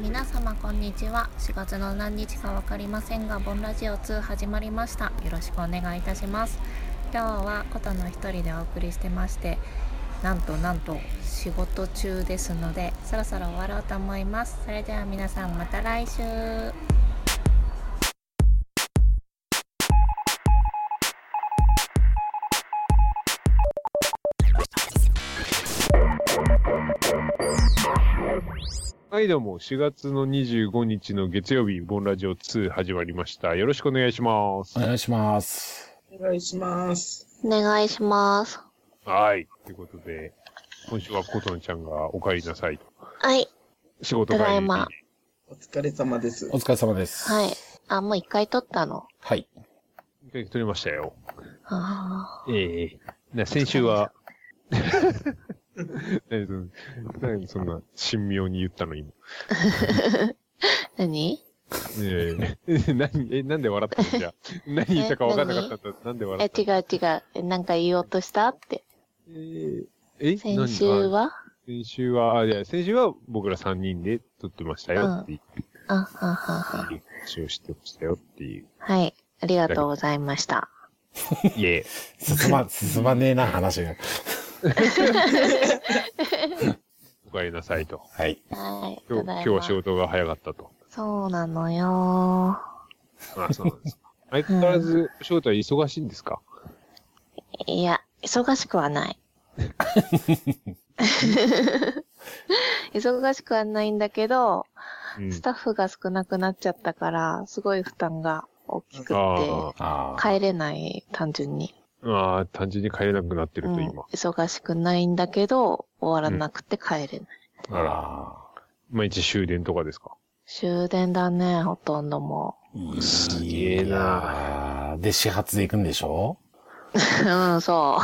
皆様こんにちは4月の何日か分かりませんがボンラジオ2始まりましたよろしくお願いいたします今日は琴の一人でお送りしてましてなんとなんと仕事中ですのでそろそろ終わろうと思いますそれでは皆さんまた来週はい、どうも、4月の25日の月曜日、ボンラジオ2始まりました。よろしくお願いしますお。願いします。お願いします。お願いしますはい。ということで、今週はことのちゃんがお帰りなさいと。はい仕事帰ただいりに。まお疲れ様ですお。疲れ様です。はい。あもう一回撮ったのはい。一回取りましたよ。あええな先週は、何そん何そんな、神妙に言ったの今。ー何ええ何、え、なんで笑ったのじゃあ何言ったか分かんなかったんだなんでえ笑った違う違うえなんか言おうとしたってえーえ先週何あは先週は、あ、いや、先週は僕ら3人で撮ってましたよっていうあははは話をしてましたよっ ていう。はい。ありがとうございました。いえ、進ま、進まねえな、話が。お帰りなさいと。はい。はい。今日、ただ今いま日は仕事が早かっ たと。そうなのよ。あ、そうなんですか。相変わらず、仕事は忙しいんですかいや、忙しくはない。 忙しくはないんだけど、うんスタッフが少なくなっちゃったから、すごい負担が大きくあて、ああ。帰れない、単純に。あ、ああ、単純に帰れなくなってるうとん今。忙しくないんだけど、終わらなくて帰れない。あら、あ毎日終電とかですか終電だね、ほとんどもあ。すげえないやーで、始発で行くんでしょう。 うん、 そ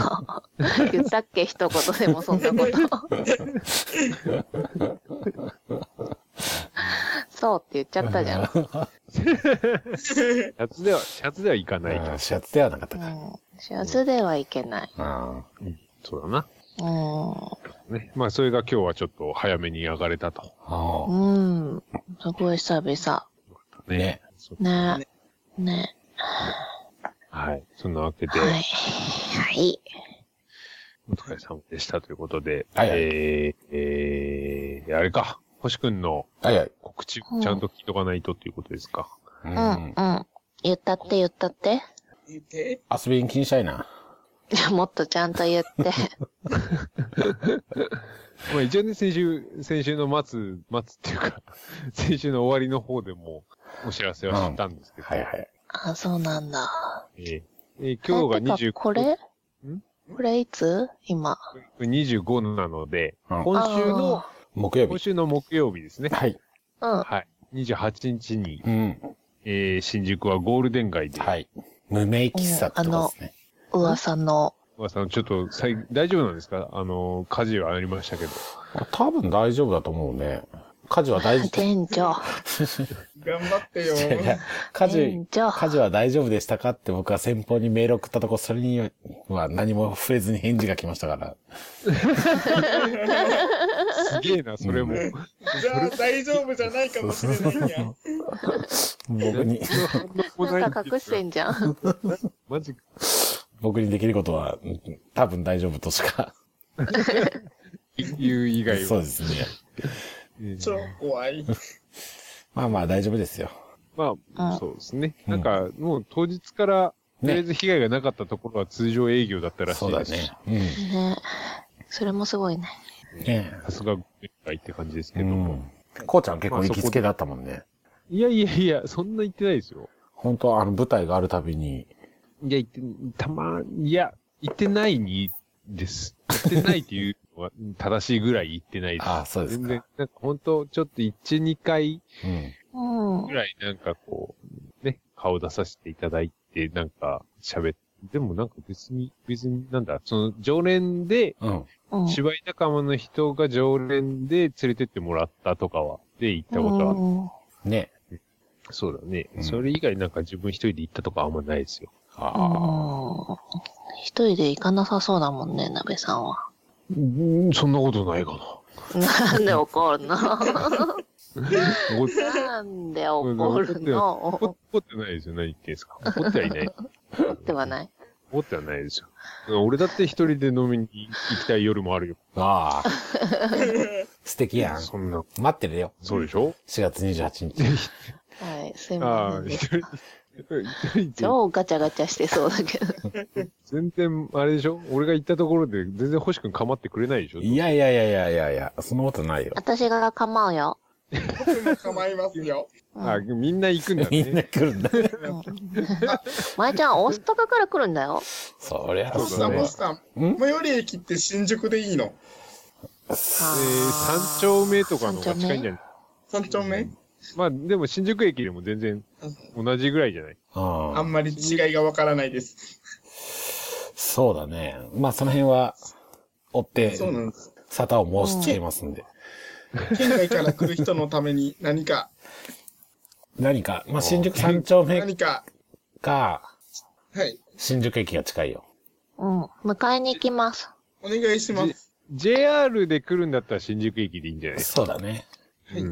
う。言ったっけ一言でもそんなこと。そうって言っちゃったじゃん。シャツでは、シャツではいかないと。うん始発ではなかったか。うん。幸せではいけない。あそうだな。うね。まあ、それが今日はちょっと早めに上がれたと。あ。ん。あうん。すごい久々。あ。ね。そうねえ。ねはい。そんなわけえ。で、はい。はい。お疲れ様でしたということで、はいはいえー、えー、あれか、星くんのはいはい。告知、ちゃんと聞いとかないとっていうことですか。う。うん、うんん。言ったって言ったって。 言って、遊びに禁止いな。いやもっとちゃんと言 って。まあ一応ね、先週、先週の末、末っていうか、 先週の終わりの方でもお知らせはしたんですけど、はいはい。あ、そうなんだ。えーえー今日がえて20かこれんこれいつ今。 25なので、うん今週の、あ木曜今日。週の木曜日ですね。はい。ー。はい。28日に、うん。えー新宿はゴールデン街で、はい。無名喫茶ってことですね。うん。噂の。噂のちょっとさい、大丈夫なんですかあの、火事はありましたけど。多分大丈夫だと思うね。家事は大丈夫。店長。頑張ってよ。いや 家事店、長。家事は大丈夫でしたかって僕は先方にメール送ったとこ、それには何も触れずに返事が来ましたから。すげえな、それも。うんじゃあ大丈夫じゃないかもしれないやん。僕に、なんか隠してんじゃん。マジか。 僕にできることは、うん多分大丈夫としか。言う以外は。そうですね。うん超怖い。まあまあ大丈夫ですよ。まうあ、んそうですね。うんなんか、もう当日から、とねりあえず被害がなかったところは通常営業だったらしそういだですしね。。うねそれもすごいね。ん。ねさすが、会って感じですうけども。ん。こうちゃん結構行きつけだったもんね。いやいやいや、そんな言ってないですよ。本当はあの舞台があるたびに、いや、言って、たま、いや、言ってないに、です。言ってないっていうのは、正しいぐらい言ってないです。 ああ、そうです全か然。、なんか本当ちょっと1、2回うん。うんぐ。らいなんかこう、ね、顔出させていただいて、なんか喋って、でもなんか別に、別になんだ、その常連で、うん。うん。芝居仲間の人が常連で連れてってもらったとかは、で行ったことは、うんね。そうだね、うんそれ以外なんか自分一人で行ったとかあんまないですよ。ああ。うん 一人で行かなさそうだもんね、鍋さんは。そんなことないかなんで 怒るの怒っなんで怒るの怒怒っ 怒ってないですよ。何言ってんすか。怒ってはいない。怒っ。ってはないい。怒ってはないですよ。俺だって一人で飲みに行きたい夜もあるよ。ああ、素敵やん。そんな、待ってるよ。そうでしょ4月28日。はい、すいあまあ、せん一。人、一人で 超ガチャガチャしてそうだけど。全然、あれでしょ俺が行ったところで全然星くん構ってくれないでしょいやいやいやいやいやいや、そんなことないよ。 私が構うよ。僕も構いますよ。うんあ、みんな行くんだみんなね。来るんだ。うんまえちゃん、大阪から来るんだよ。そりゃポスそタうー、だポスタんー。最寄り駅って新宿でいいのえー、三丁目とかの方が近いんじゃない ?3 丁目まあ、でも新宿駅でも全然同じぐらいじゃないあうんんまり違いがわからないです。そうだね。まあその辺は、追って、そうなんです。沙汰を申し付けますんで。県外から来る人のために何か、何か、まあ新宿三丁目何か、か、はい。新宿駅が近いよ。うん。迎えに行きます。お願いします。 JR で来るんだったら新宿駅でいいんじゃないそうだね。ううん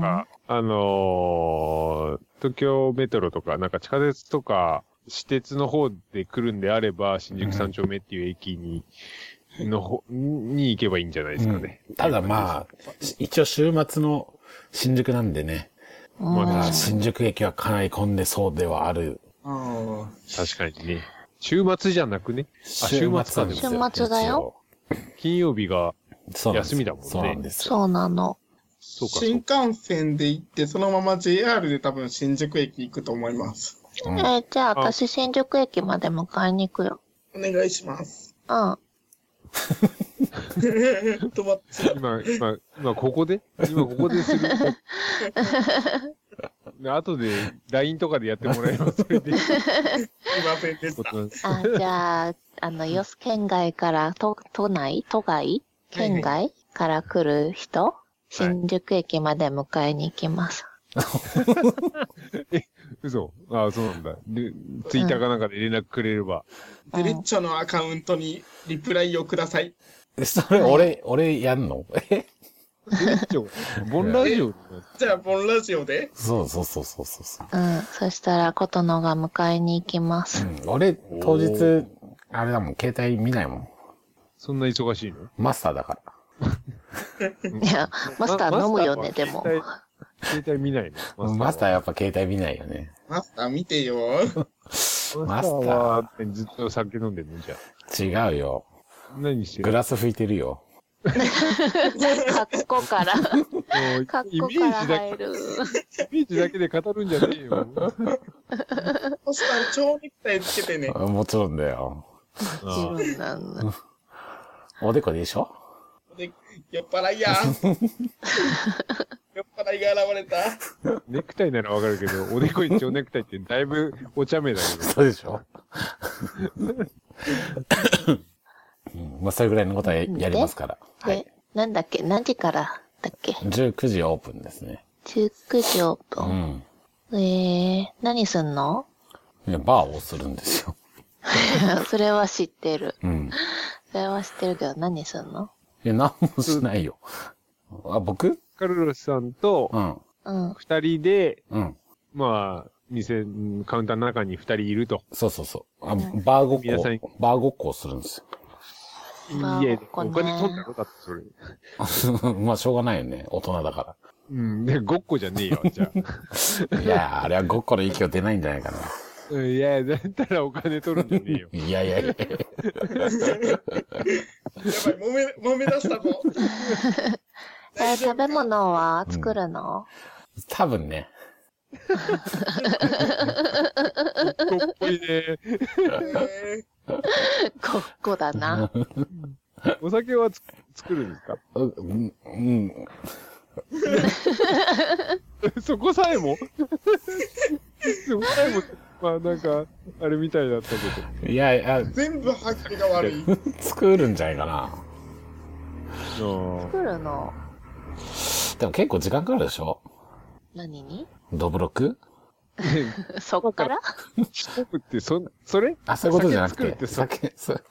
ん。ああのー、東京メトロとか、なんか地下鉄とか、私鉄の方で来るんであれば、新宿三丁目っていう駅に、のほ、に行けばいいんじゃないですかね。ただまあ、一応週末の新宿なんでね。うんままあ新宿駅はかなり混んでそうではある。あ確かにね。週末じゃなくね。あ、週末かなんででもすよ。週末だよ金曜日が、そうなんです。休みだもんねそうなんですよ。そうなの。そうか、新そうか。幹線で行って、そのまま JR で多分新宿駅行くと思います。えーじゃあ、私、新宿駅まで迎えに行くよ。お願いし ます。 うん。止まっ今、今、今ここで今ここでする。後で LINE とかでやってもらえば、それで。ていませんでした。あ、じゃあ、あの、よす県外から、都、都内都外県外から来る人新宿駅まで迎えに行きます。嘘。あそうなんだ。で、ツイッターかなんかで連絡くれれば。デレッチョのアカウントにリプライをください。それ、俺、俺やんのえボンラジオになっじゃあ、ボンラジオでそうそうそうそうそうそう。うん。そしたら、ことのが迎えに行きます。うん俺、当日、あれだもん、携帯見ないもん。そんな忙しいのマスターだから。いや、マスター飲むよね、マスでターもは。携帯携帯見ないのマスターーやっぱ携帯見ないよね。マスター見てよ。はマスターマスターはずっと酒飲んでるのじゃ違うよ。あ何してグるラス拭いてるよ。格好 から、もう格イ好メからージだけ、入る。イメージだけで語るんじゃねえよ。そしたら蝶ネクタイつけてね。もちろんだよ。自分なんだ。おでこでしょで酔っ払いや。酔っ払いが現れた。ネクタイならわかるけ ど、おでこ一丁ネクタイってだいぶお茶目だけど。 そうでしょうん、まあ、それぐらいのことはややりますから。はい。で、なんだっけ何時からだっけ19時オープンですね。 ?19 時オうープん。ン。えー、何すんの いやバーをするんですよ。それは知ってる。うん。それは知ってるけど、何すんのいや、なんもしないよ。あ、僕カルロスさんとうん。うん。二人で、うん。まあ、店、カウンターの中に二人いると。そうそうそう。あバーごっ皆さんこ、バーごっこをするんですまあいいえここねお金取んだろだってそれ。よ。 まあ、しょうがないよね。大人だかうん、で、ごっこじゃねえよ、じゃあ。ら。いやー、あれはごっこの息を出ないんじゃないかな。 うんいや、だったらお金取るんじゃねえよ。いやいやいや。やばい、揉め、揉め出したぞ。えー食べ物は作るの、多分ね。ごっこいね。えごっこだな。お酒はつ作るんですか う、うん、うん。そこさえも そこさえも、まあなんか、あれみたいだったけど。いやいやー、全部発揮が悪い。作るんじゃないか な。あ作るのでも結構時間かかるでしょ何にドブロクそこからー一部って、そ、それあ、そういうことじゃなく。酒作るっててそ酒、そう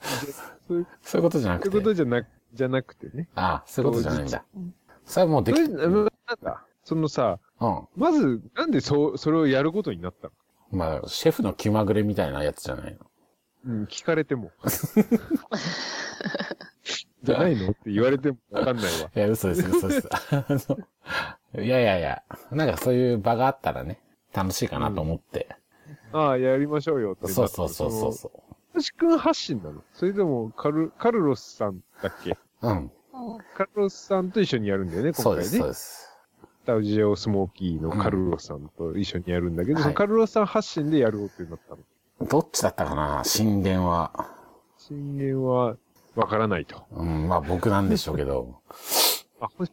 そういうそういうことじゃなそういくうことて。じゃなくじゃなくてね。ああ、そういうことじゃないんだうん。それはもうでそき、れ、うなんん。だ、そのさ、まず、なんでそう、それをやることになったのまあ、シェフの気まぐれみたいなやつじゃないの。うん、聞かれて も。じゃないのって言われてもわかんないわ。いや、嘘です、嘘です。あのいやいやいや、なんかそういう場があったらね、楽しいかなと思って。 ああ、やりましょうよってなった。そうそうそうそうそその。星君発信なのそれでも、カル、カルロスさんだっけう。うん。カルロスさんと一緒にやるんだよね、今そう回でね。す、そうです。スタジオスモーキーのカルロスさんと一緒にやるんだけど、はいそのカルロスさん発信でやることになったの。どっちだったかな神殿は。信玄は、わからないと。うん、まあ僕なんでしょうけど。あ、ほし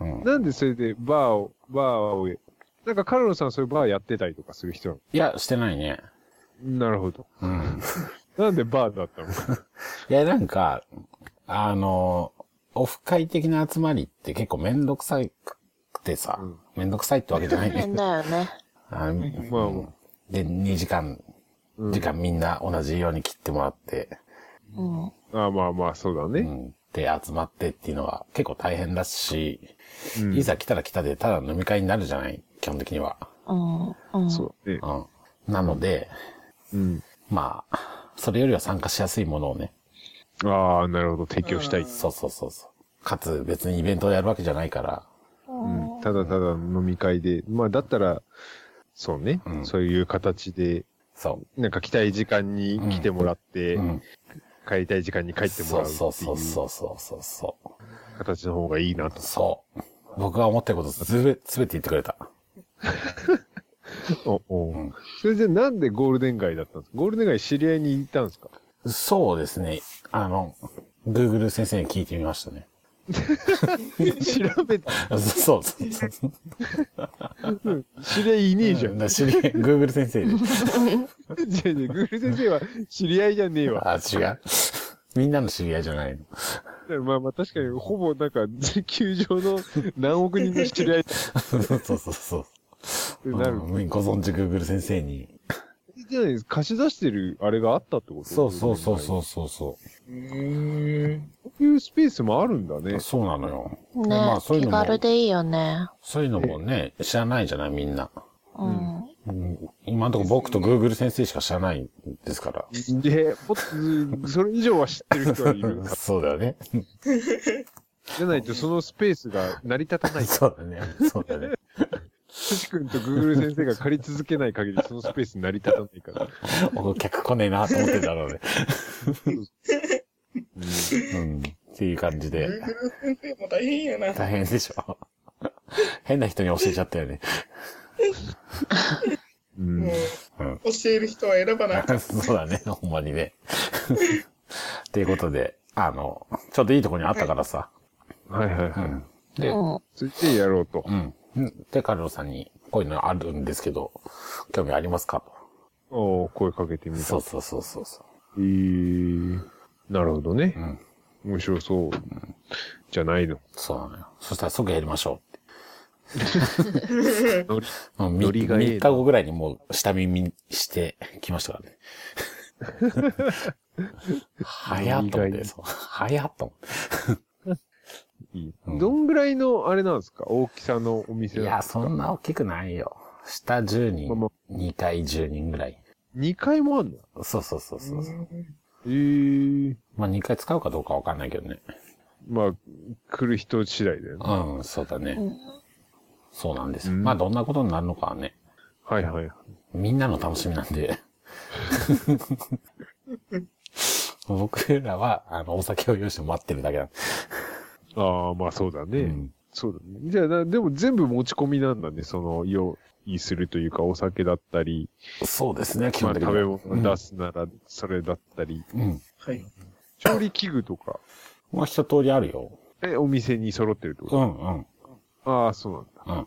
うん。なんでそれでバーを、バーを、なんかカルロスさんそういうバーやってたりとかする人ないや、してないね。のなるほど。うん。なんでバーだったの いや、なんか、あの、オフ会的な集まりって結構めんどくさいくてさ、うんめんどくさいってわけじゃな い大変ね。だよね。あのまあまあで、2時間、うん時間みんな同じように切ってもらって、うん。ああまあまあ、そうだうね。ん、で集まってっていうのは結構大変だし、うんいざ来たら来たでただ飲み会になるじゃない基本的には。うん。うん。そうだね。うん。なので、うん。まあ、それよりは参加しやすいものをね、ああ、なるほど。提供したい。そうそうそうそう。かつ別にイベントをやるわけじゃないから、うん。ただただ飲み会で。まあ、だったら、そうね。うんそういう形で、そなんか来たい時間に来てもらって、う。うん。帰りたい時間に帰ってもそらううってそういそううそうそうそうそ形の方がいいなう。と。そう。僕が思ってることすべ、すべて言ってくれた。おおうんそれでなんでゴールデン街だったんですかゴールデン街知り合いにいたんです かそうですね。あの、Google 先生に聞いてみましたね。調べた。そうそうそうそう。知り合いいねえじゃん。だ知り合い Google 先生で。じゃあね、グール先生は知り合いじゃねえわ。あ、違う。みんなの知り合いじゃないの。まあまあ確かに、ほぼなんか、球場の何億人の知り合いっそうそうそうそう。てなる。うんご存知 Google 先生に。じゃないです貸し出してるあれがあったってこと。そうそうそうそううそうそうーん。こういうスペースもあるんだう。ね。そうなのよ。ね、まあそういう気のも軽でいいよね。そういうのもね、知らないじゃないみんな。うん。うん今んとこ僕と Google 先生しか知らないんですから。で、ポッそれ以上は知ってる人はいる。そうだよね。じゃないとそのスペースが成り立たない。そうだね。そうだね。星君とグーグル先生が借り続けない限りそのスペース成り立たないから。お客来ねえなと思ってたので。うんうん。っていう感じで。 Google 先生も大変やな。大変でしょ。変な人に教えちゃったよね。うんもう、うん。教える人は選ばない。そうだね。ほんまにね。っていうことで、あの、ちょっといいとこにあったからさ。はいはいはうい。ん。で、うんそれでやろうとう。ん。で、カルロさんに、こういうのあるんですけど、興味ありますかおー声かけてみと。た。そうそうそうそうそえー、なるほどねう。う。ん。面白そう。じゃないの。そうなのよ。そしたら即やりましょノリう。うん、ノリがいいな3日後ぐらいにもう下耳してきましたからね。 早っと思っノリがいて、いそう早っと思っいいうんどんぐらいの、あれなんですか大きさのおて。店いなんや、ですそんな大きくないよ。下10人まあまあ、 2階10人ぐらい。 2階もあんのそうそうそうそうそう。えー、まあ2回使うかどうかわかんないけどね。まあ、来る人次第だよね。うん、そうだね。そうなんですよ。うんまあどんなことになるのかはね。はいはい。みんなの楽しみなんで。 僕らは、あの、お酒を用意して待ってるだけなんでああ、まあそうだね。うんそうだね。じゃあな、でも全部持ち込みなんだね。その、用意するというか、お酒だったり、そうですね、基ま本あ的食に。べ物出すなら、それだったり、うん。うん。はい。調理器具とか、まあ一通りあるよ。え、お店に揃ってるってこうとん、うん、ああ、そうなんだ。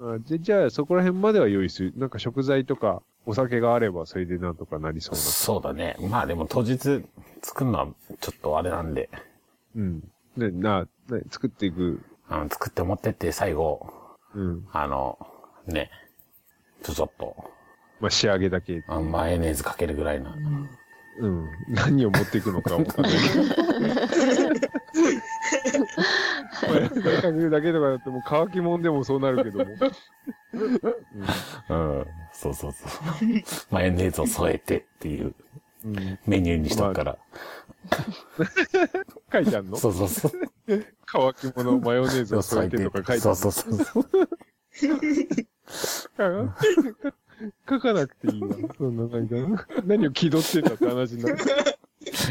うん。あじゃじゃあ、そこら辺までは用意する。なんか食材とか、お酒があれば、それでなんとかなりそうな。そうだね。まあでも当日作るのはちょっとあれなんで、うん。ね、な、ね、作っていく。あの、作って持ってって最後、うん。あの、ね、ちょちょっと、まあ、仕上げだけ。あマヨネーズかけるぐらいな。うん。何を持っていくのかわかんないけど。これかけるだけとかだってもう乾きもんでもそうなるけども。うん。そうそ うそう。マヨネーズを添えてっていううん。うんメニューにしとくから。書いてあんのそうそうそう。乾き物マヨネーズを添えてとか書いてあそるうそう そう。の書かなくていいわ。そんな感じだな。何を気取ってたって話になる。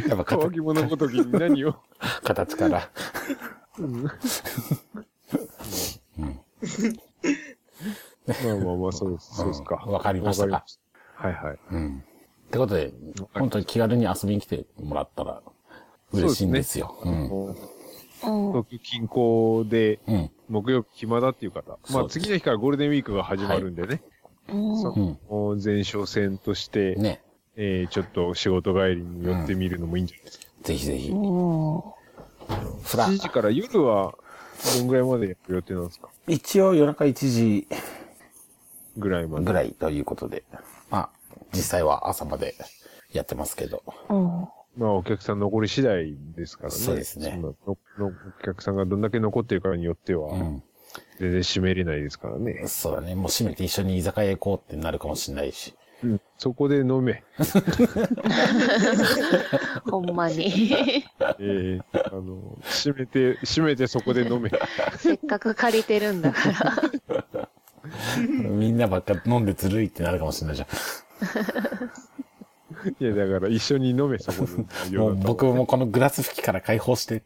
やっぱ乾形き物ごときに何を。 形から。うんまあまあまあ、そう、そうっすか。うんわかりましたかわかりましたはいはい。うん。ってことで、本当に気軽に遊びに来てもらったら嬉しいんですよ。うもううん東京近郊でん。うん。木曜日暇だっていう方。まそうあです次の日からゴールデンウィークが始まるんでね。うんそうん。の前哨戦として、ね。えーちょっと仕事帰りに寄ってみるのもいいんじゃないですか。ぜひぜひ。うんフラ7時から夜はどんぐらいまでやる予定なんですか一応夜中1時ぐらいまで。ぐらいということで。まあ、実際は朝までやってますけど。うんまあお客さん残り次第ですからね。そうですそねんなののお客さんがどんだけ残ってるかによっては、うん。全然閉めれないですからね。そうだね。もう閉めて一緒に居酒屋行こうってなるかもしれないし。うん。そこで飲め。ほん まに。えー、あの、閉めて、閉めてそこで飲 め。せっかく借りてるん だから。みんなばっか飲んでずるいってなるかもしれないじゃいや、だから一緒に飲め、そこで。ん。もう夜だと僕もこのグラス拭きから解放して。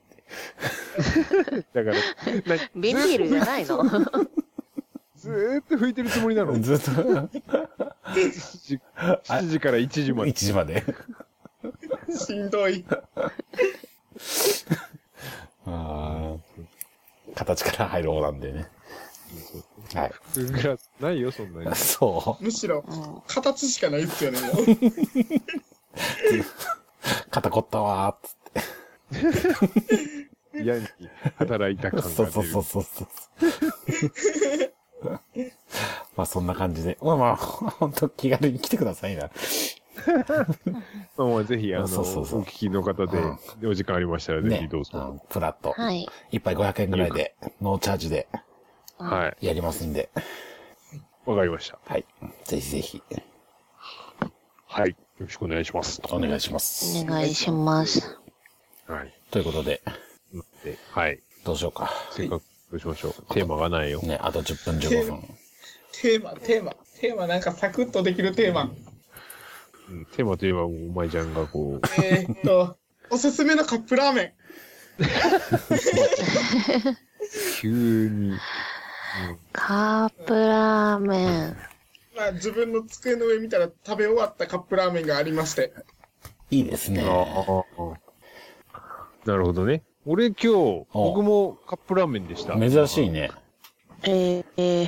だから、なビニールじゃないのずーっと拭いてるつもりなの。ずっと7時 ,7 時から1時ま1で。時まで。しんどい。あー形から入る方なんでね。はい。グラスないよ、そんなに。そう。むしろ、う形しかないですよね、もう。肩凝ったわーっつってヤンキー、働いた感が出る。そうそうそうそうそう。まあそんな感じで。まあまあ、ほんと気軽に来てくださいな。まあまあ、ぜひ、あの、そうそうそうお聞きの方で、お時間ありましたら、ぜひね。どうぞ。ん、フラット。んはい。一杯500円ぐらいで、ノーチャージではい。やりますんで。わかりました。はい。ぜひぜひ、はい。よろしくお願いします。お願いします。お願いします。はい。ということで、ではい。どうしようか。せっかく、どうしましょう。テーマがないよ。ね、あと10分15分。 テーマ、テーマ、テーマ、なんかサクッとできるテーマ。うんテーマといえば、お前ちゃんがこう、えーっと、おすすめのカップラーメン。急に、カープラーメン。まあ、自分の机の上見たら食べ終わったカップラーメンがありまして。いいですね。ああ。なるほどね。俺今日、僕もカップラーメンでした。珍しいね。えー、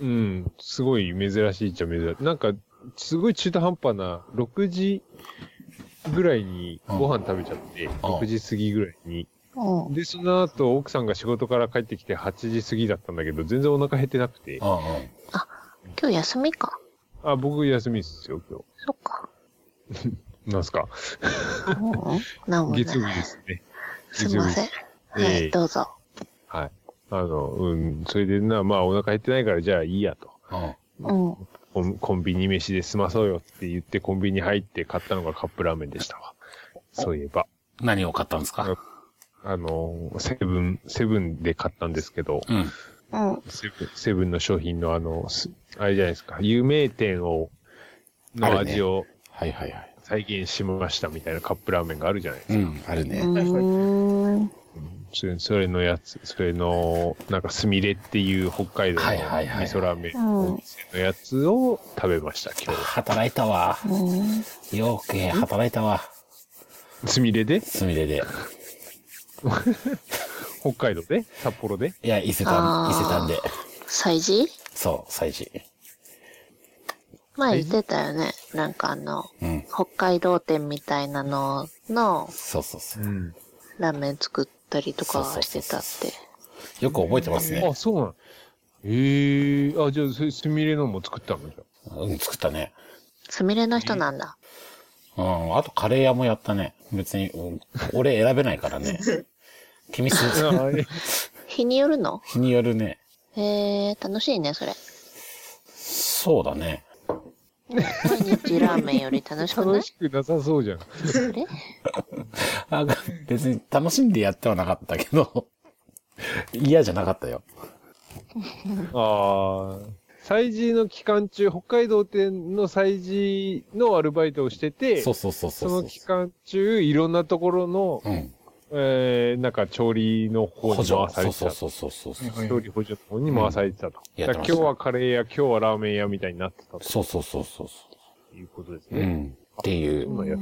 うん。すごい珍しいっちゃ珍しい。なんか、すごい中途半端な、6時ぐらいにご飯食べちゃって、6時過ぎぐらいに。うん。で、その後、奥さんが仕事から帰ってきて8時過ぎだったんだけど、全然お腹減ってなくてう。んうん。今日休みか。あ、僕休みっすよ、今そっか。日。なんすかうん。なんもない。月曜す日ですね。いませ月ん。曜日はええい、どうぞ。はい。あの、うん、それでな、まあお腹減ってないから、じゃあいいやと。うん。うん。コンコンビニ飯で済まそうよって言ってコンビニ入って買ったのがカップラーメンでしたわ。そういえば。何を買ったんですかあの、セブン、セブンで買ったんですけど、うん。うん。セブンセブンの商品のあの、すあれじゃないですか、有名店を、のあるね味をはいはいはい。再現しましたみたいなカップラーメンがあるじゃないですか。うん、あるね。うーん。それそれのやつ、それの、なんかスミレっていう北海道のはい味はいはい噌ラーメンうんのお店のやつを食べました、今働いたわ。うんよく働いたわ。日。スミレですみれで。北海道で札幌でいや、伊勢丹、あ伊ー勢丹で。祭事そう、祭事。前言ってたよね。なんかあの、うん。北海道店みたいなののそうそうそう。ん。ラーメン作ったりとかしてたそうそっうそうて。よく覚えてますねあ、。そうなのええあ、じゃあ、すスミレのも作ったのじゃあうん、作ったね。すみれの人なんだ。うん、あとカレー屋もやったね。別に、うん俺選べないからね。気にする。日によるの日によるね。へえ、楽しいね、それ。そうだね。毎日ラーメンより楽しくな楽いしくなさそうじゃん。それあ別に楽しんでやってはなかったけど、嫌じゃなかったよ。ああ。祭事の期間中、北海道店の祭事のアルバイトをしてて、そうそうそうそ。そうの期間中、いろんなところの、うん。えー、なんか調理の方に補回さ。助れそてた。うそうそうそうそう。はい調理補助の方に回されてたと。うんやだってかまら今日はしたカレー屋、今日はラーメン屋みたいになってたそうそうそうそうそということですう。うね。ん。っていう今やっ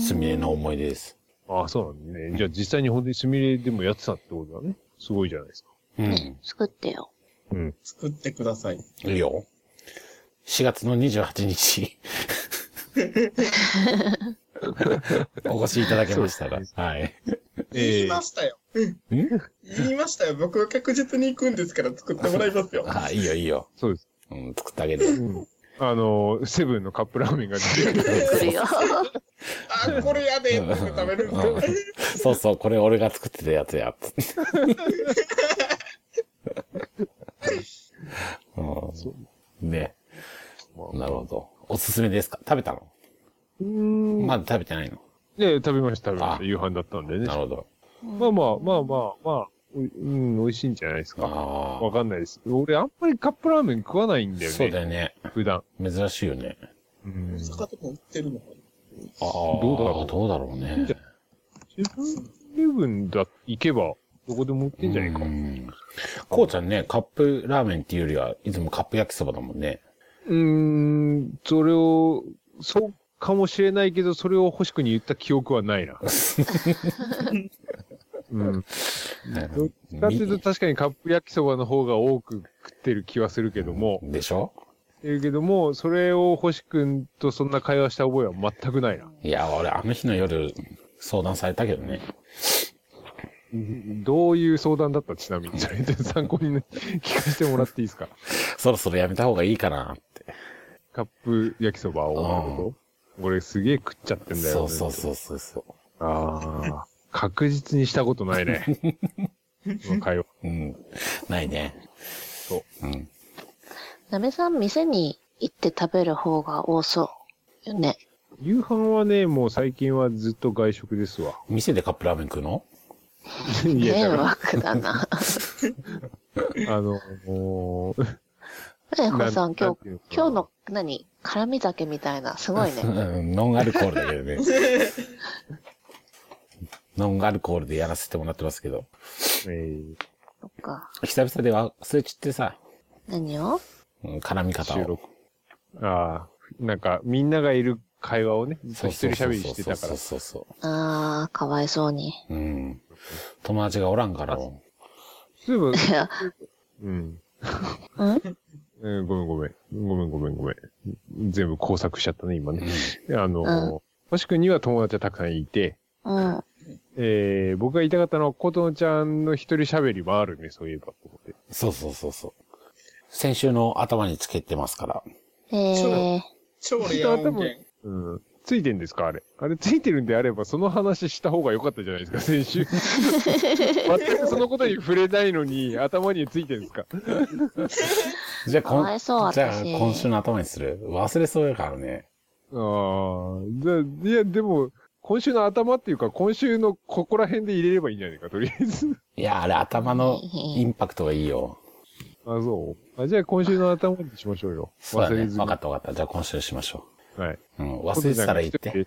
すみれの思い出です。ああ、そうなんですね。じゃあ実際に本当にスミレでもやってたってことだね。すごいじゃないですか。うん。作ってよ。うん。作ってください。いいよ。4月の28日。 お越しいただけましたら。はい。言いましたよ。言いましたよ。僕は確実に行くんですから作ってもらいますよ。あ、いいよいいよ。そうです。うん、作ってあげるよ。あのー、セブンのカップラーメンが出てる。来るよ。あ、これやでって食べるんですよ。そうそう、これ俺が作ってたやつや。うん、ね。なるほど。おすすめですか食べたのうん。まだ食べてないのね食べました、食べましあた。夕飯だったんでねな。るほど。まあまあ、まあまあ、まあ、おうん、美味しいんじゃないですか。あわかんないです。俺、あんまりカップラーメン食わないんだあ。よね。そうだよね。普段。珍しいよね。うん。大阪とか売ってるのああ。どうだろうどうだろうね。セブンイレブンだ、行けば、どこでも売ってんじゃないか。うん。こうちゃんね、カップラーメンっていうよりは、いつもカップ焼きそばだもんね。うーん、それを、そうかもしれないけど、それを星君に言った記憶は ないな。うん。どっちかっていうと確かにカップ焼きそばの方が多く食ってる気はするけども、でしょえけども、それを星君とそんな会話した覚えは全くないな。いや、俺、あの日の夜、相談されたけどね。どういう相談だったちなみに、それで参考にね聞かせてもらっていいですか。そろそろやめた方がいいかなって。カップ焼きそばを、俺すげえ食っちゃってんだよ、そうそうそうそうそう。ああ。確実にしたことない ね。この会話。うん。ないね。。そううん。なべさん、店に行って食べる方が多そう。よね。夕飯はね、もう最近はずっと外食です わ。店でカップラーメン食うのい迷や、だか惑だな。ら、あの、もう、えほさなん、ん今ていう日か、今日の、何辛み酒みたいな、すごいね。うんノンアルコールだけどね。 ノンアルコールでやらせてもらってますけど。えーそっか。久々では忘れちってさ、何をうん絡み方収を。録。ああ、なんか、みんながいる会話をね、ずっとそう一人そうそう喋りしてたからそう。そうそあー、かわいそうに。う。うん。友達がおらんから。そういえば、いや、うん。んえーごめんごめん。ごめんごめんごめん。全部工作しちゃったね、今ね。あうんの、星君には友達がたくさんいて、うん。えー、僕が言いたかったのは、琴乃ちゃんの一人喋りもあるね、そういえばと思って。そうそうそうそう。先週の頭につけてますから。えー、超レア音源。うん。ついてんですかあれ。あれついてるんであれば、その話した方が良かったじゃないですか、先 週。全くそのことに触れないのに、頭についてるんですか。じゃあ、かわいそうじゃあ私今週の頭にする。忘れそうやからね。ああ、いや、でも、今週の頭っていうか、今週のここら辺で入れればいいんじゃないか、とりあえず。いや、あれ頭のインパクトがいいよ。あ、そう。あ、じゃあ今週の頭にしましょうよ。そうだ忘れね。ずに。わかったわかった。じゃあ今週しましょはい。う。うん。忘れてたら言っ琴乃ちゃんが一人て。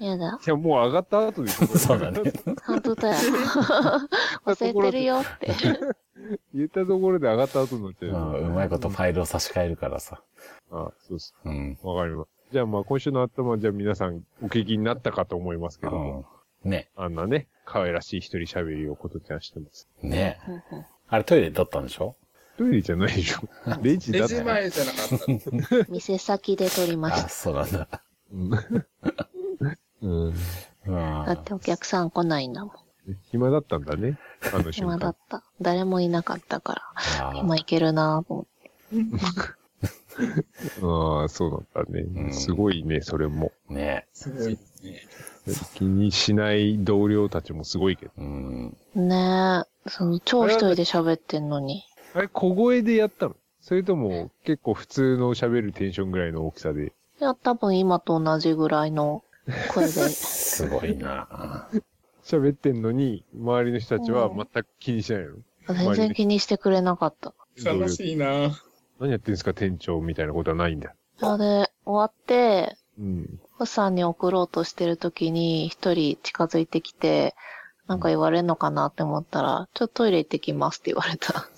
でやだ。いや、もう上がった後でしょこれ そうだね。本当だよ。忘れてるよって。言ったところで上がった後になっちゃう。うん、うまいことファイルを差し替えるからさ。あ、そうです。うん。わかります。じゃあまあ今週の頭、じゃあ皆さんお聞きになったかと思いますけうども、ん。ね。あんなね、可愛らしい一人喋りをことちゃんしてます。ね。あれトイレだったんでしょトイレじゃないでしょ。 レジだレっジて。前じゃな かった。店先で撮りましあ、た。そうなんだ。 うんうん。うんだ。ってお客さん来ないんだもん。暇だったんだね。あの瞬暇だ間っ。た。誰もいなかったから。あ今いけるなぁと思って。ああ、そうだったね。すごいね、それも。ねすごいですね。気にしない同僚たちもすごいけど。うん。ねえ。その、超一人で喋ってんのに。あれ、小声でやったのそれとも、結構普通の喋るテンションぐらいの大きさで。いや、多分今と同じぐらいの声で。すごいな。喋ってんのに、周りの人たちは全く気にしないの。全然気にしてくれなかった。同僚悲しいな何やってんですか、店長みたいなことはないんだ。それで、終わって、うん。フさんに送ろうとしてる時に、一人近づいてきて、なんか言われんのかなって思ったら、ちょっとトイレ行ってきますって言われた。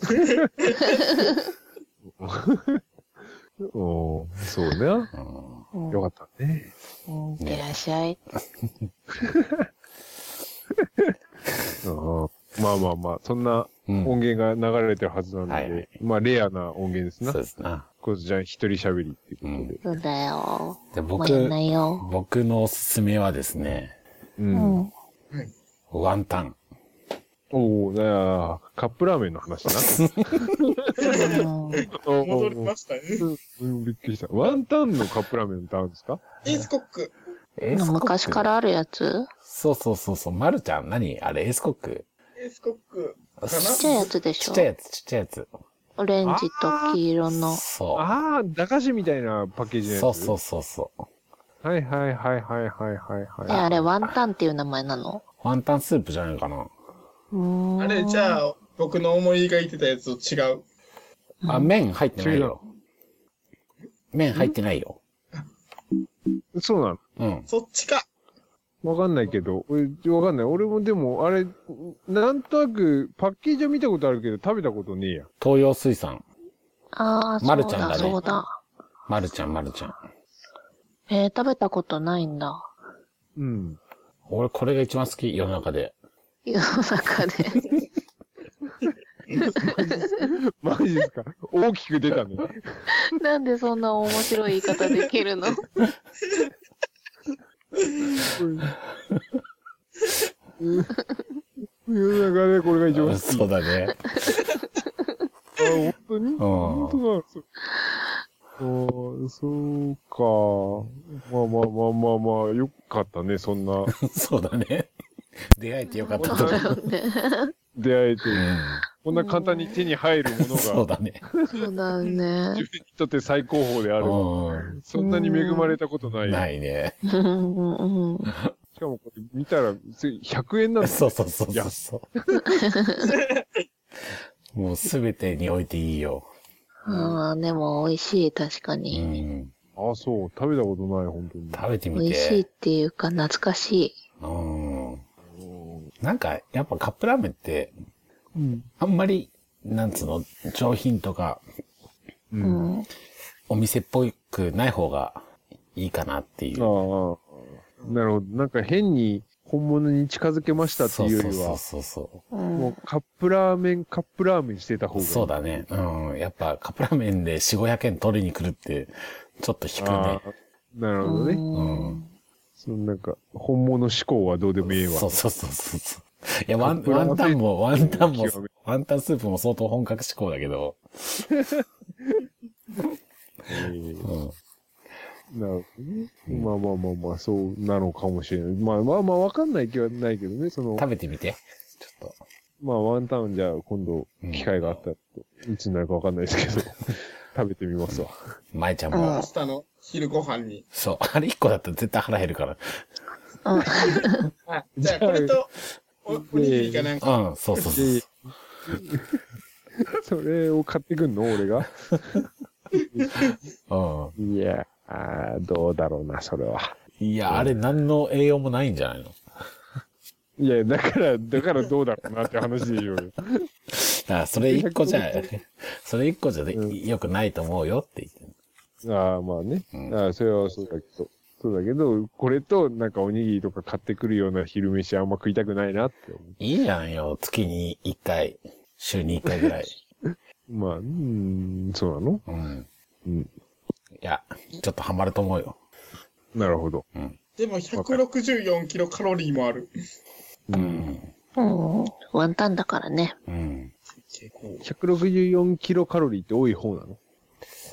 おーそうね。ようんうん、かったね。うん、いってらっしゃい。うんまあまあまあ、そんなうん。音源が流れてるはずなので、はいはいまあレアな音源ですそうな。ですな。こちゃん一人喋りっていうことで。そうだよ。でも僕うやんないよ。僕のおすすめはですね、う。うんん。ワンタン。おおだからカップラーメンの 話だな。うん戻りましたね。うんびっくりした。ワンタンのカップラーメンってあるんですかエースコック。エ昔か。らあるやつそうそうそうそう。まるちゃん、何あれ、エースコック。エースコック。ちかなちっちゃいやつでしちょっちゃいやつ、ちっちゃいやつ。オレンジと黄色の。そああ、駄菓子みたいなパッケーう。ジのやつ。そうそうそうそう。はいはいはいはいはいはいはい。え、あれ、ワンタンっていう名前なのワンタンスープじゃないかな。うーん。あれ、じゃあ。あ、僕の思い描いてたやつと違う。あ、麺入ってないよ。麺入ってないよ。そうなうん。そっちか。のわかんないけど、俺わかんない。俺もでも、あれ、なんとなく、パッケージは見たことあるけど、食べたことねえや。東洋水産。ああ、そまうるちゃんだだ、ねそうだ。まるちゃん、まるちゃん。えー、食べたことないんだ。うん。俺、これが一番好き、世の中で。世の中で。 マジですか大きく出たね。なんでそんな面白い言い方できるの世の中でこれが一番好き。そうだね。あ、本当にう本当ん。だ。そああ、そうか。まあまあまあまあまあ、よかったね、そんな そうだね。出会えてよかったとそう思だう。よね。出会えて、うんこんな簡単に手に入るもの そうが、だね。そうだよ自ね。分にとって最高峰である。うそんなに恵まれたことない。ん。ないね。うんうんうん。しかもこれ見たら、つい100円なんだ。そうそうそうそうそう。もうすべてにおいていいよ。ああ、でも美味しい、確かうに。ん。ああ、そう。食べたことない、本当に。食べてみて。美味しいっていうか、懐かしい。うん。なんか、やっぱカップラーメンって、あんまり、なんつうの、上品とか、う。うんあん。お店っぽくない方がいいかなっていう。あ。なるほど。なんか変に本物に近づけましたっていうよりそうは、そうそうう、もうんカップラーメン、カップラーメンしてた方そう。がいい。そうだね。うん。やっぱカップラーメンで4、500円取りに来るって、ちょっと引くあね。あ。なるほどね。うんそのなんか、本物志向はどうでもいいわ。そうそうそうそうそう。いや、ワン、カップラーワメンンタンも、ワンタンも極め、ワンタンスープも相当本格志向だけど。ええうなん。るほどね。まあまあまあまあ、そうなのかもしれない。まあまあまあ、わかんない気はないけどね。その、食べてみて。ちょっと。まあ、ワンタンじゃあ今度、機会があったら、いつになるかわかんないです けど、食べてみますわ。舞ちゃんうんも明。日の昼ご飯に。そう。あれ1個だったら絶対腹減るから。はい。じゃあ、これと、お、おにぎりかなんか。うん、そうそうそう。それを買ってくんの俺が。うん。いや、あーどうだろうな、それは。いや、あれ何の栄養もないんじゃないのいや、だから、だからどうだろうなって話でし ょうよ。あ、それ一個 じゃ、それ一個じゃでう良くないと思うよって言ってるああ、まあね。うんああ、それはそうだけど。そうだけど、これと、なんかおにぎりとか買ってくるような昼飯あんま食いたくないなって思いいじゃんよ。月に一回、週に一回ぐらい。う。まあ、うーん、そうなのうん。うん。いや、ちょっとハマると思うよ。なるほど。でも、164キロカロリーもある。うん。うん。ワンタンだからね。うん。結構。 164キロカロリーって多い方なの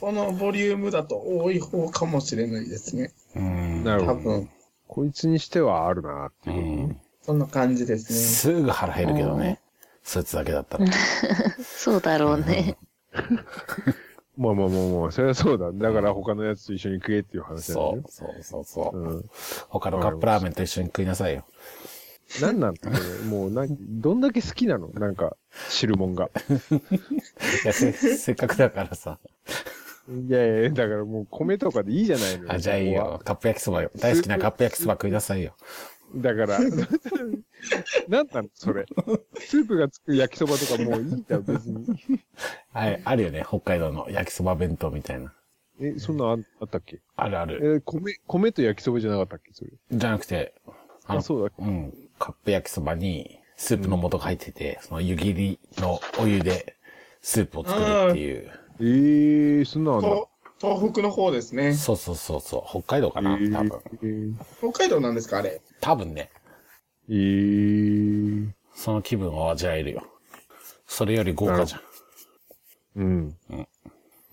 このボリュームだと多い方かもしれないですね。うん。なるほ多ど。分。こいつにしてはあるなってういう。ん。そんな感じですね。すぐ腹減るけどね。そいつだけだったら。そうだろうね。まあまあまあまあ、そりゃそうだ。だから他のやつと一緒に食えっていう話なそんう、だそうそうそう。よ。うん。他のカップラーメンと一緒に食いなさいよ。なんなんこれもうな、どんだけ好きなのなんか、汁もんが。い や、せ、せっかくだからさ。いやいや、だからもう米とかでいいじゃないのあ、じゃあいいここはよ。カップ焼きそばよ。大好きなカップ焼きそば食いなさいよ。だから、 なんなのそれ。スープがつく焼きそばとかもういいじゃん、別に。あれ、あるよね。北海道の焼きそば弁当みたいな。え、そんなんあんあったっけあるあえる。ー米、米と焼きそばじゃなかったっけそれ。じゃなくて、ああ、の、そうだ。うん。カップ焼きそばに、スープの素が入ってて、その湯切りのお湯で、スープを作るっていう。えー、そんなんあんだ。東東北の方ですね。そうそうそうそう。北海道かなえー多分。えー北海道なんですか、あれ。多分ね。えー、その気分を味わえるよ。それより豪華じゃん。うん。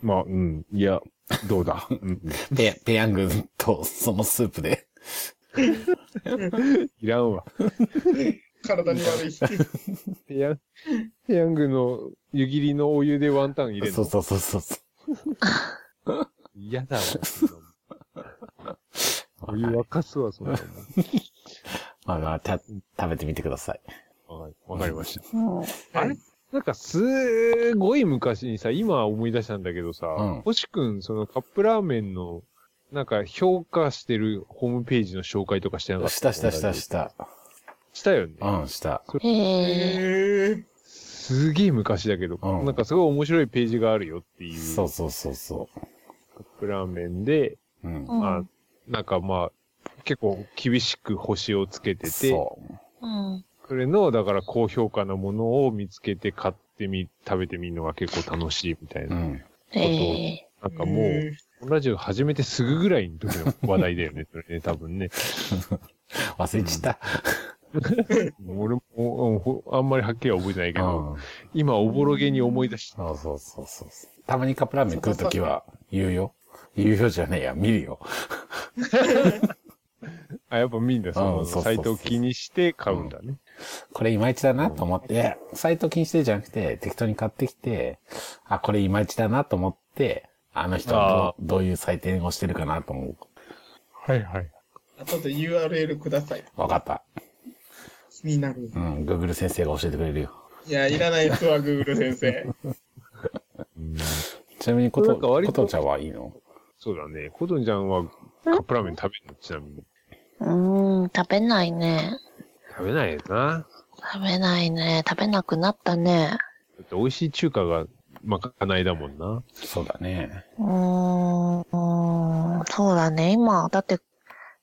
まあ、うん。いや、どうだ。うんペ、ペヤングとそのスープで。いらんわ。体に悪い。 ペヤン、ペヤングの湯切りのお湯でワンタン入れるそうの。そうそうそうそ嫌だわ。そんな もんお湯沸かすわ、そんなう。まあまあ、た、食べてみてください。もんはい。わかりました。うんあれなんかすーごい昔にさ、今思い出したんだけどさ、うん星くん、そのカップラーメンの、なんか評価してるホームページの紹介とかしてなかったしたしたしたした。したよね。うん、した。へえ。へえ。すげえ昔だけど、うんなんかすごい面白いページがあるよっていう、そカうッそうそうそプラーメンで、う。うん。うんあなんかまあ、結構厳しく星をつけてて、そそう。うん。れの、だから高評価のものを見つけて買ってみ、食べてみるのが結構楽しいみたいうな。ん。へえ。なんかもう、ラジオ始めてすぐぐらいの時の話題だよね、 それね、多分ね。忘れちった。俺もうんほあんまりはっきりは覚えてないけうど、ん。今おぼろげに思い出した。そうそうそうそう。たまにカップラーメン食うときは言うよ。言うよじゃねえや、見るよ。あ、やっぱみんなその、うんそうそうそうサイトを気にして買うんだね。これいまいちだなと思って、いやサイト禁止でじゃなくて、適当に買ってきて、あ、これいまいちだなと思って、あの人はどうどういう採点をしてるかなと思はいはい。あとで URL ください。う。わかった。気になるう。ん、Google 先生が教えてくれるよ。いや、いらないですわ、Google 先生。ちなみにこなと、んか割こととちゃんはいいのそうだね。コトンちゃんはカップラーメン食べるのちなみに。うん、食べないね。食べないよな。食べないね。食べなくなったね。だって美味しい中華がまかないだもんな。そうだね。うーん、そうだね。今、だって、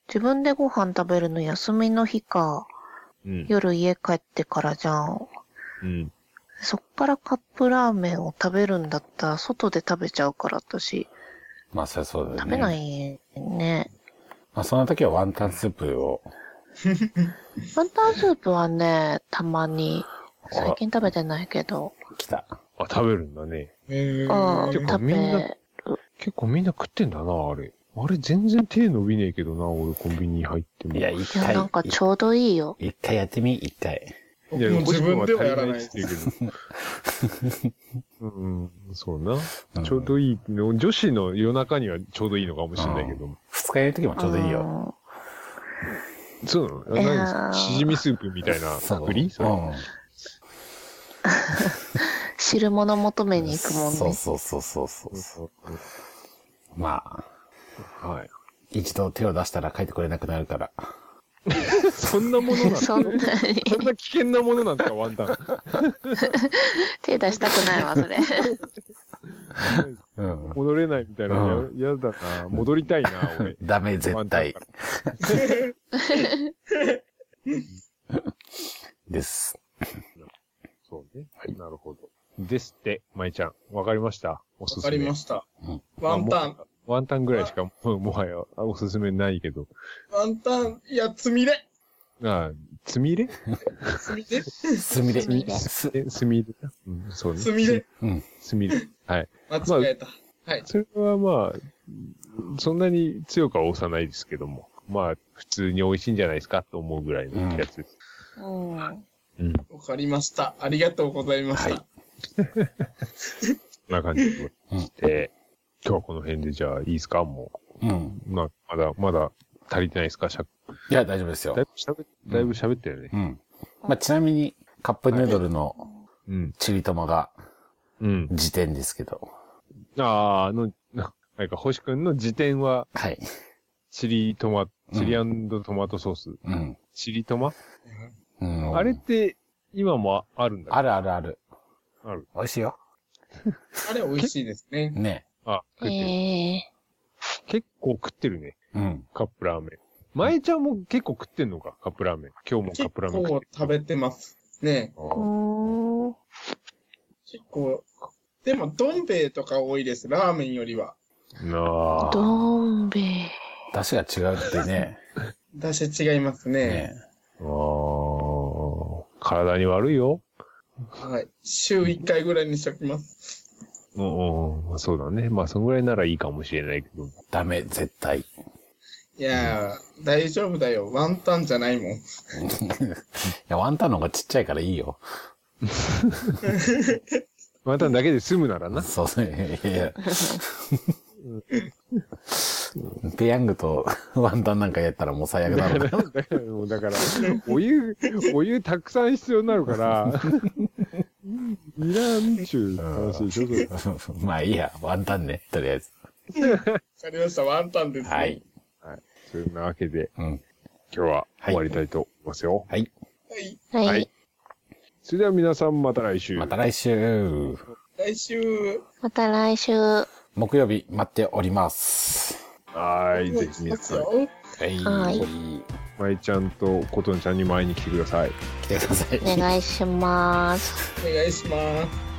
自分でご飯食べるの休みの日か、うん。夜家帰ってからじゃん。うん。そっからカップラーメンを食べるんだったら、外で食べちゃうから、私、まあ、そりゃそうだよね。食べないね。まあ、そんな時はワンタンスープを、ワンタンスープはね、たまに、最近食べてないけど、来た。あ、食べるんだね。えうん、てー、か食みんなべ、結構みんな食ってんだな、あれ。あれ全然手伸びねえけどな、俺コンビニ入っても。いや、一いや、回なん、かちょうどいいよ。一回やってみ、一回。い僕や、も自分ではやらなっいですて。言うけど。うん、そうな、うんちょうどいいの。女子の夜中にはちょうどいいのかもしれないけど。二日やる時もちょうどいいよ。そうないのやー何しじみスープみたいなそう作りそれうん。うん。汁物求めに行くもんそうね。そうそうそうそうそう。まあ、はい。一度手を出したら帰ってこれなくなるから。そんなものなのそ そんなにんな危険なものなんですか、ワンタ ン。手出したくない わ、それ。うん。戻れないみたいなのうや、やだな。戻りたいな、俺。ダメ、絶対ワン。 です。 そうね。なるほど。ですって、舞ちゃん。わかりましたおすわすかめ。りましたうん。ワンタあン。。もうワンタンぐらいしか、もうもはや、あおすすめないけど。ワンタン、いや、つみれ。ああ、つみれつみれ。すみれ。すみれすえ、すみれ。うん、そうね。つみれ。うん。すみれ。はい。 間違えた。はい。それはまあ、そんなに強くは押さないですけども。まあ、普通に美味しいんじゃないですかと思うぐらいのやつです。うんうん。こわかりました。ありがとうございました。はんな感じで。で、今日はこの辺でじゃあいいですかもうん。う。なまだ、まだ足りてないですかしゃいや、大丈夫ですよだい。ぶ喋っだいぶ喋ったよね。うん。まあ、ちなみに、カップヌードルのうん。チリトマがうん。辞典ですけど。ああ、あの、ななんか、星くんの辞典は、はい。チリトマ、チリトマトソース。うん。チリトマ、うん。あれって、今もああるんだあるあるある。ある。美味しいよ。あれ美味しいですね。ね。あ、食ってる。ええ結構食ってるね。うん。カップラーメン。前ちゃんも結構食ってんのかカップラーメン。今日もカ結ップラーメン食っ構て食べてます。ねる。あー。結構。でも、どん兵衛とか多いです。ラーメンよりは。ーなあ。どん兵衛。出汁が違うって ね。出し違いますね。ね。あー体に悪いよ。はい。週1回ぐらいにしときます。うんうん。まあそうだね。まあ、そんぐらいならいいかもしれないけど。ダメ、絶対。いやー、大丈夫だよ。ワンタンじゃないもん。いや、ワンタンの方がちっちゃいからいいよ。ワンタンだけで済むなら な。そうそう。いやいや。ペヤングとワンタンなんかやったらもう最悪だろうな。だから、もうだからお湯、お湯たくさん必要になるから、いらんちゅう話でしょ、それ。まあいいや、ワンタンね、とりあえず。わかりました。ワンタンです、ね。はい。。そんなわけで、うん。今日は終わりたいと思いますよ。はい。はい。はい。はいそれでは皆さんまた来週。また来週、来週、また来週。木曜日待っております。はーい、ぜひ来皆ますさん、よ。はい。はいまいちゃんとことんちゃんに前に来てください。来てください。お願いします。お願いします。